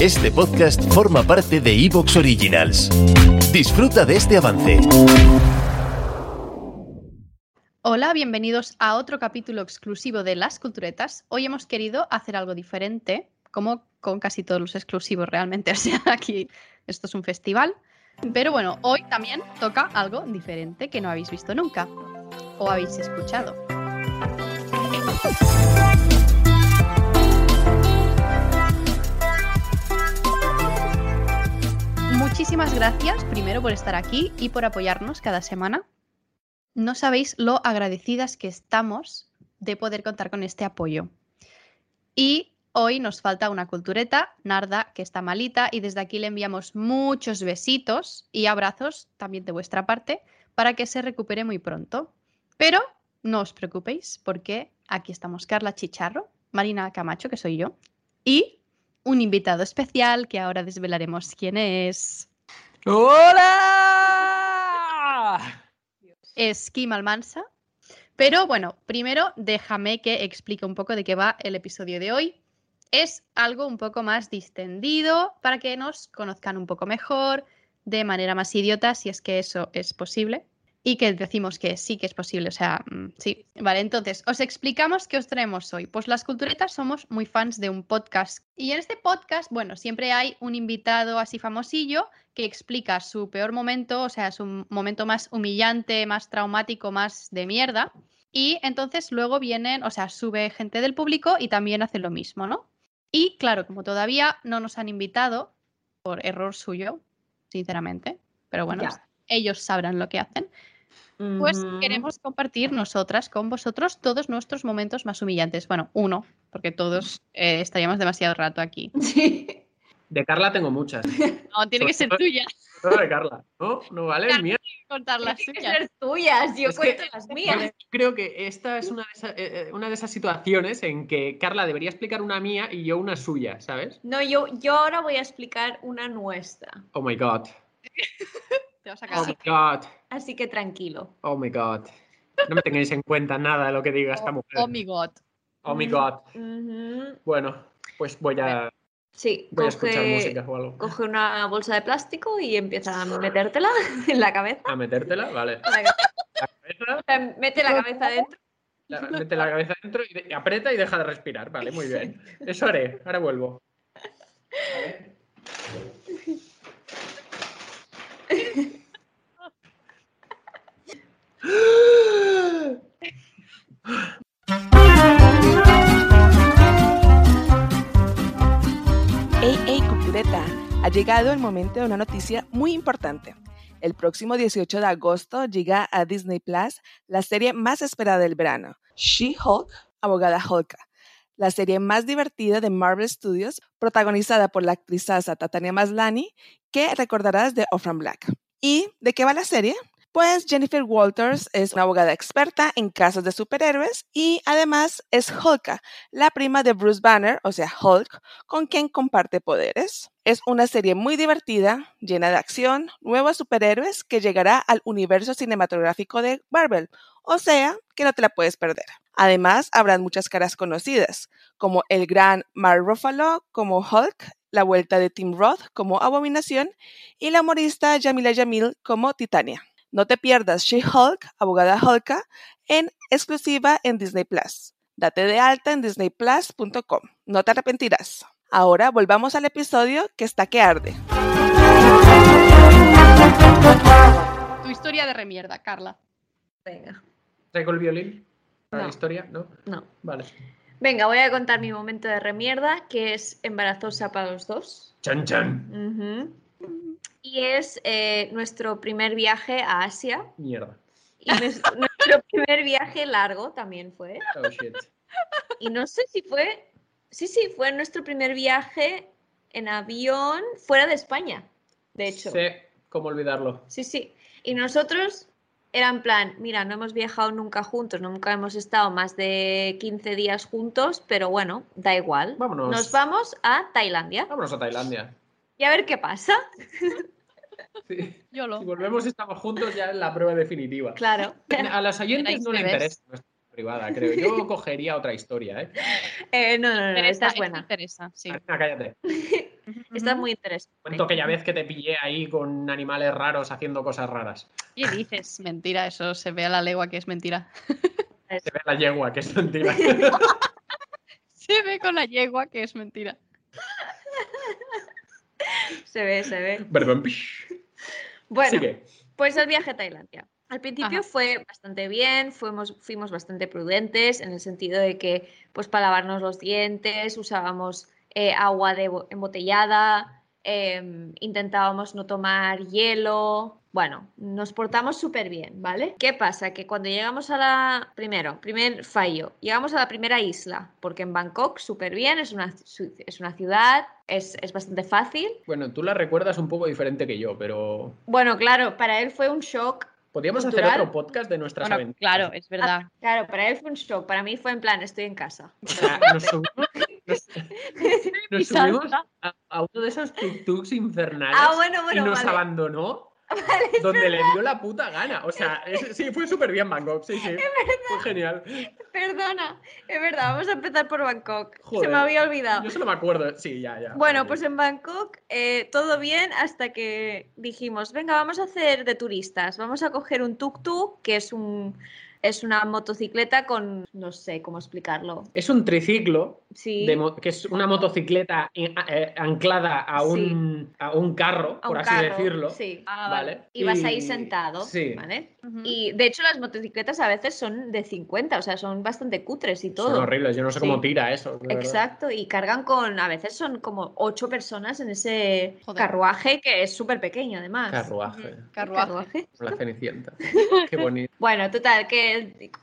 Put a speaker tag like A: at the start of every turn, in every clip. A: Este podcast forma parte de Evox Originals. Disfruta de este avance.
B: Hola, bienvenidos a otro capítulo exclusivo de Las Culturetas. Hoy hemos querido hacer algo diferente, como con casi todos los exclusivos realmente. O sea, aquí esto es un festival. Pero bueno, hoy también toca algo diferente que no habéis visto nunca o habéis escuchado. Muchísimas gracias primero por estar aquí y por apoyarnos cada semana. No sabéis lo agradecidas que estamos de poder contar con este apoyo. Y hoy nos falta una cultureta, Narda, que está malita, y desde aquí le enviamos muchos besitos y abrazos también de vuestra parte para que se recupere muy pronto. Pero no os preocupéis porque aquí estamos Carla Chicharro, Marina Camacho, que soy yo, y un invitado especial que ahora desvelaremos quién es.
C: ¡Hola!
B: Es Kim Almansa. Pero bueno, primero déjame que explique un poco de qué va el episodio de hoy. Es algo un poco más distendido para que nos conozcan un poco mejor, de manera más idiota, si es que eso es posible. Y que decimos que sí que es posible, o sea, mm, sí. Vale, entonces, os explicamos qué os traemos hoy. Pues las culturetas somos muy fans de un podcast. Y en este podcast, bueno, siempre hay un invitado así famosillo que explica su peor momento, o sea, su momento más humillante, más traumático, más de mierda. Y entonces luego vienen, o sea, sube gente del público y también hace lo mismo, ¿no? Y claro, como todavía no nos han invitado, por error suyo, sinceramente, pero bueno,
C: Ya.
B: ellos sabrán lo que hacen. Pues queremos compartir nosotras con vosotros todos nuestros momentos más humillantes. Bueno, uno, porque todos eh, estaríamos demasiado rato aquí.
D: Sí.
C: De Carla tengo muchas.
B: No, tiene que ser tuya
C: Solo de Carla. No, no vale.
B: Claro.
C: Mierda.
B: contar las
D: Tienen que
B: suyas.
D: ser tuyas, yo
C: Es que-
D: cuento las mías.
C: Yo creo que esta es una de, esas, eh, eh, una de esas situaciones en que Carla debería explicar una mía y yo una suya, ¿sabes?
D: No, yo, yo ahora voy a explicar una nuestra.
C: Oh my god.
B: Te vas a
C: Oh
B: cagar.
C: my god.
D: Así que tranquilo.
C: Oh my god. No me tengáis en cuenta nada de lo que diga esta mujer.
B: Oh my god.
C: Oh my god.
D: Ujú.
C: Bueno, pues voy a,
D: Sí,
C: voy a escuchar música
D: coge,
C: o algo.
D: coge una bolsa de plástico y empieza a metértela en la cabeza.
C: A metértela, vale.
D: La cabeza.
C: La cabeza,
D: O sea, Mete la cabeza dentro.
C: la- mete la cabeza dentro y, de- y aprieta y deja de respirar. Vale, muy bien. Eso haré. Ahora vuelvo.
E: ¡Ey, ey, cultureta! Ha llegado el momento de una noticia muy importante. El próximo 18 de agosto llega a Disney Plus la serie más esperada del verano, She-Hulk, abogada Hulk, la serie más divertida de Marvel Studios, protagonizada por la actriz Tatiana Maslany, que recordarás de Orphan Black. ¿Y de qué va la serie? Pues Jennifer Walters es una abogada experta en casos de superhéroes y además es Hulk, la prima de Bruce Banner, o sea Hulk, con quien comparte poderes. Es una serie muy divertida, llena de acción, nuevos superhéroes que llegará al universo cinematográfico de Marvel, o sea que no te la puedes perder. Además, habrán muchas caras conocidas, como el gran Mark Ruffalo como Hulk, la vuelta de Tim Roth como Abominación y la humorista Yamila Yamil como Titania. No te pierdas She-Hulk, abogada Hulka, en exclusiva en Disney Plus. Date de alta en disneyplus.com. No te arrepentirás. Ahora volvamos al episodio que está que arde.
B: Tu historia de remierda, Carla.
D: Venga,
C: ¿Traigo el violín? ¿Para
D: No.
C: la historia? ¿No?
D: no.
C: Vale.
D: Venga, voy a contar mi momento de remierda, que es embarazosa para los dos.
C: Chan, chan.
D: Ujú. Y es eh, nuestro primer viaje a Asia.
C: Mierda.
D: Y nues- nuestro primer viaje largo también fue.
C: Oh, shit.
D: Y no sé si fue Sí, sí, fue nuestro primer viaje en avión fuera de España, de hecho.
C: Sé cómo olvidarlo.
D: Sí, sí. Y nosotros era en plan, mira, no hemos viajado nunca juntos, nunca hemos estado más de 15 días juntos, pero bueno, da igual.
C: Vámonos.
D: Nos vamos a Tailandia
C: Vámonos a Tailandia.
D: y a ver qué pasa.
C: Sí.
B: Yo lo.
C: Si volvemos y estamos juntos, ya es la prueba definitiva.
D: Claro.
C: A las oyentes
B: Tenéis
C: no les
B: bebés.
C: interesa nuestra privada, creo. Yo cogería otra historia, ¿eh?
D: Eh, no, no, no,
B: Pero
D: esta es
B: Me
D: buena.
B: interesa, sí.
C: Marina, cállate.
D: Esta es muy interesante.
C: Cuento aquella vez que te pillé ahí con animales raros haciendo cosas raras.
B: ¿Qué dices? Mentira, eso se ve a la legua que es mentira.
C: Se ve la yegua, que es mentira.
B: Se ve con la yegua que es mentira.
D: Se ve, se ve.
C: Perdón. pish.
D: Bueno,
C: Sigue.
D: Pues el viaje a Tailandia. Al principio
B: Ajá.
D: fue bastante bien, fuimos, fuimos bastante prudentes en el sentido de que, pues para lavarnos los dientes, usábamos eh, agua de bo- embotellada, em, intentábamos no tomar hielo. Bueno, nos portamos súper bien, ¿vale? ¿Qué pasa? Que cuando llegamos a la... Primero, primer fallo. Llegamos a la primera isla, porque en Bangkok súper bien, es una, ci- es una ciudad, es- es bastante fácil.
C: Bueno, tú la recuerdas un poco diferente que yo, pero
D: Bueno, claro, para él fue un shock
C: podríamos hacer
D: Cultural.
C: otro podcast de nuestras
B: Bueno,
C: aventuras.
B: claro, es verdad.
D: Ah, claro, para él fue un shock. Para mí fue en plan, estoy en casa.
C: O sea, nos subimos, nos- nos
B: Y
C: subimos
B: salta.
C: a, a uno de esos tuk-tuks infernales
D: Ah, bueno,
C: y
D: bueno,
C: nos
D: vale.
C: abandonó donde le dio la puta gana. O sea, es- sí, fue súper bien Bangkok, sí, sí. Fue genial.
D: Perdona, es verdad, vamos a empezar por Bangkok.
C: Joder.
D: Se me había olvidado.
C: Yo solo me acuerdo. Sí, ya, ya.
D: Bueno, pues en Bangkok eh, todo bien hasta que dijimos, venga, vamos a hacer de turistas, vamos a coger un tuk-tuk, que es un es una motocicleta con, no sé cómo explicarlo.
C: Es un triciclo
D: Sí,
C: de mo- que es una motocicleta en- a- eh, anclada a un, a un carro,
D: a
C: por
D: un
C: así
D: carro,
C: decirlo.
D: Sí.
B: Ah, vale.
C: ¿Vale?
D: Y vas ahí
C: Y-
D: sentado,
C: Sí.
D: ¿vale?
B: Ujú.
D: Y de hecho las motocicletas a veces son de 50, o sea, son bastante cutres y todo.
C: Son horribles, yo no sé cómo
D: Sí.
C: tira eso. de verdad.
D: Exacto, y cargan con, a veces son como ocho personas en ese
B: Joder.
D: carruaje que es súper pequeño además.
C: Carruaje.
B: Carruaje.
D: Carruaje.
C: La Cenicienta. Qué bonito.
D: Bueno, total, que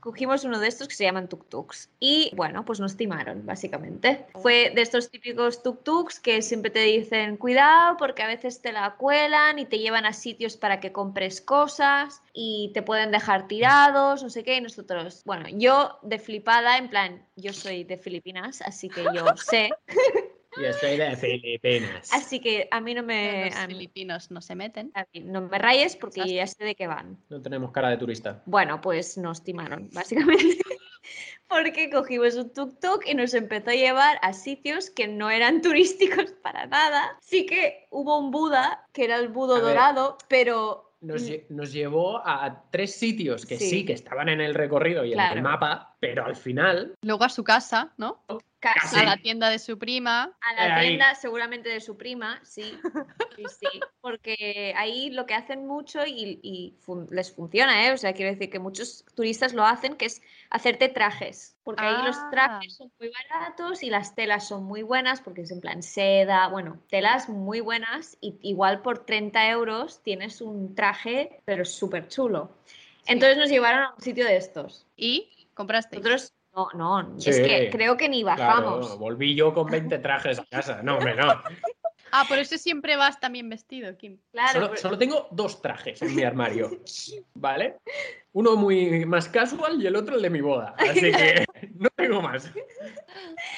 D: cogimos uno de estos que se llaman tuk-tuks y bueno, pues nos timaron básicamente. Fue de estos típicos tuk-tuks que siempre te dicen cuidado porque a veces te la cuelan y te llevan a sitios para que compres cosas y te pueden dejar tirados, no sé qué, y nosotros, bueno, yo de flipada, en plan, yo soy de Filipinas, así que yo sé.
C: Yo soy de Filipinas.
D: Así que a mí no me,
B: Los
D: a mí-
B: filipinos no se meten.
D: a mí no me rayes porque yo
B: Exacto.
D: ya sé de qué van.
C: No tenemos cara de turista.
D: Bueno, pues nos timaron, básicamente. Porque cogimos un tuk-tuk y nos empezó a llevar a sitios que no eran turísticos para nada. Sí que hubo un Buda, que era el Budo
C: A ver.
D: dorado, pero
C: Nos,
D: Mm.
C: lle- nos llevó a tres sitios que sí,
D: Sí.
C: que estaban en el recorrido y en
D: Claro.
C: el mapa, pero al final
B: Luego a su casa, ¿no?
D: casi
C: Sí.
B: A la tienda de su prima.
D: a la
C: Ahí.
D: tienda seguramente de su prima, sí. Sí, sí. Porque ahí lo que hacen mucho y, y fun- les funciona, ¿eh? O sea, quiero decir que muchos turistas lo hacen, que es hacerte trajes. Porque ahí
B: Ah.
D: los trajes son muy baratos y las telas son muy buenas, porque es en plan seda, bueno, telas muy buenas. Y igual por 30 euros tienes un traje, pero súper chulo. Entonces nos llevaron a un sitio de estos.
B: Y compraste.
D: Nosotros, no, no,
C: Sí.
D: es que creo que ni bajamos.
C: claro, volví yo con 20 trajes a casa. No, hombre, no.
B: Ah, por eso siempre vas también vestido, Kim.
D: Claro,
C: Solo,
D: pues. pero-
C: solo tengo dos trajes en mi armario. ¿Vale? Uno muy más casual y el otro el de mi boda. Así que no tengo más.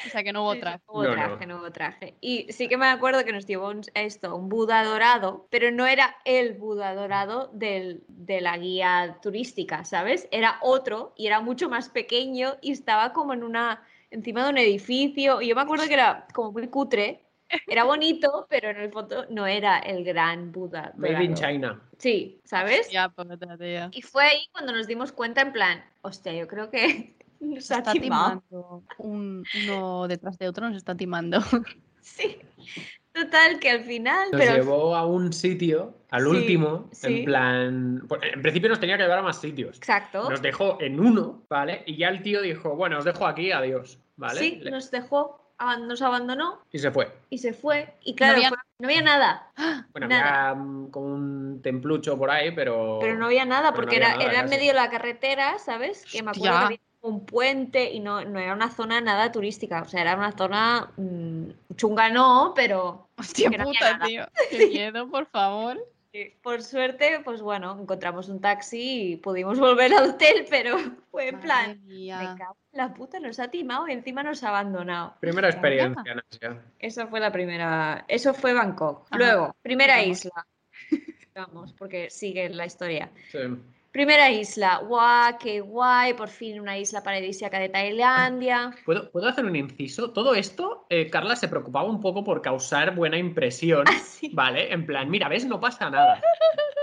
B: O sea que no hubo
D: Sí, sí,
B: otra.
D: Nuevo
C: No, no.
D: traje, nuevo traje. Y sí que me acuerdo que nos llevó un- esto, un Buda dorado, pero no era el Buda dorado del, de la guía turística, ¿sabes? Era otro y era mucho más pequeño y estaba como en una encima de un edificio. Y yo me acuerdo que era como muy cutre. Era bonito, pero en el fondo no era el gran Buda.
C: Made in
D: dorado.
C: China.
D: Sí, ¿sabes?
B: Ya, puta, tía.
D: Y fue ahí cuando nos dimos cuenta en plan, hostia, yo creo que nos
B: Nos
D: ha
B: está
D: timado.
B: timando. Un- uno detrás de otro nos está timando.
D: Sí. Total, que al final.
C: Nos
D: pero al
C: llevó a un sitio, al
D: Sí,
C: último, en
D: sí.
C: plan. pues, En principio nos tenía que llevar a más sitios.
D: Exacto.
C: Nos dejó en uno, ¿vale? Y ya el tío dijo, bueno, os dejo aquí, adiós, ¿vale?
D: Sí,
C: Le-
D: nos dejó, aban- nos abandonó
C: Y se fue.
D: y se fue. Y claro,
B: había-
D: fue- no había, nada,
C: Bueno,
D: Nada.
C: había mm, como un templucho por ahí, pero...
D: pero no había nada
C: Oh, Pero no
D: porque
C: había
D: era,
C: nada,
D: era en
C: casi.
D: medio de la carretera, ¿sabes? Que me acuerdo
B: Hostia.
D: que había un puente y no, no era una zona nada turística, o sea, era una zona mmm, chunga no, pero
B: Hostia
D: que no había
B: Pues, puta,
D: nada.
B: tío. Qué miedo, por favor.
D: eh, por suerte, pues bueno, encontramos un taxi y pudimos volver al hotel, pero fue en plan,
B: Madre
D: me
B: mía.
D: cago en la puta, nos ha timado y encima nos ha abandonado.
C: Primera
B: Hostia,
C: experiencia en Asia.
D: Esa fue la primera, eso fue Bangkok.
B: Ajá.
D: Luego, primera
B: Vamos.
D: isla. Vamos, porque sigue la historia.
C: Sí.
D: Primera isla, guau, qué guay, por fin una isla paradisíaca de Tailandia.
C: ¿Puedo, puedo hacer un inciso? Todo esto, eh, Carla se preocupaba un poco por causar buena impresión,
D: Así.
C: ¿vale? En plan, mira, ves, no pasa nada.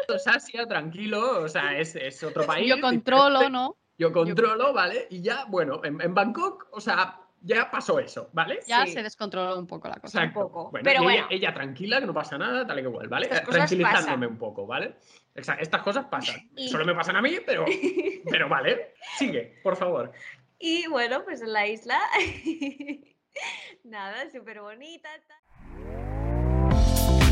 C: Esto es Asia, tranquilo, o sea, es, es otro país.
B: Yo controlo,
C: diferente,
B: ¿no?
C: Yo controlo, ¿vale? Y ya, bueno, en, en Bangkok, o sea, ya pasó eso, ¿vale?
B: Ya
D: Sí.
B: se descontroló un poco la cosa.
C: Exacto.
D: poco,
C: Bueno,
D: pero
C: y
D: bueno.
C: Ella, ella tranquila, que no pasa nada, tal y que igual, ¿vale?
D: Estas
C: Eh,
D: cosas
C: Tranquilizándome
D: pasan.
C: un poco, ¿vale? Exa- estas cosas pasan.
D: Y-
C: Solo me pasan a mí, pero, pero vale. Sigue, por favor.
D: Y bueno, pues en la isla. Nada, súper bonita.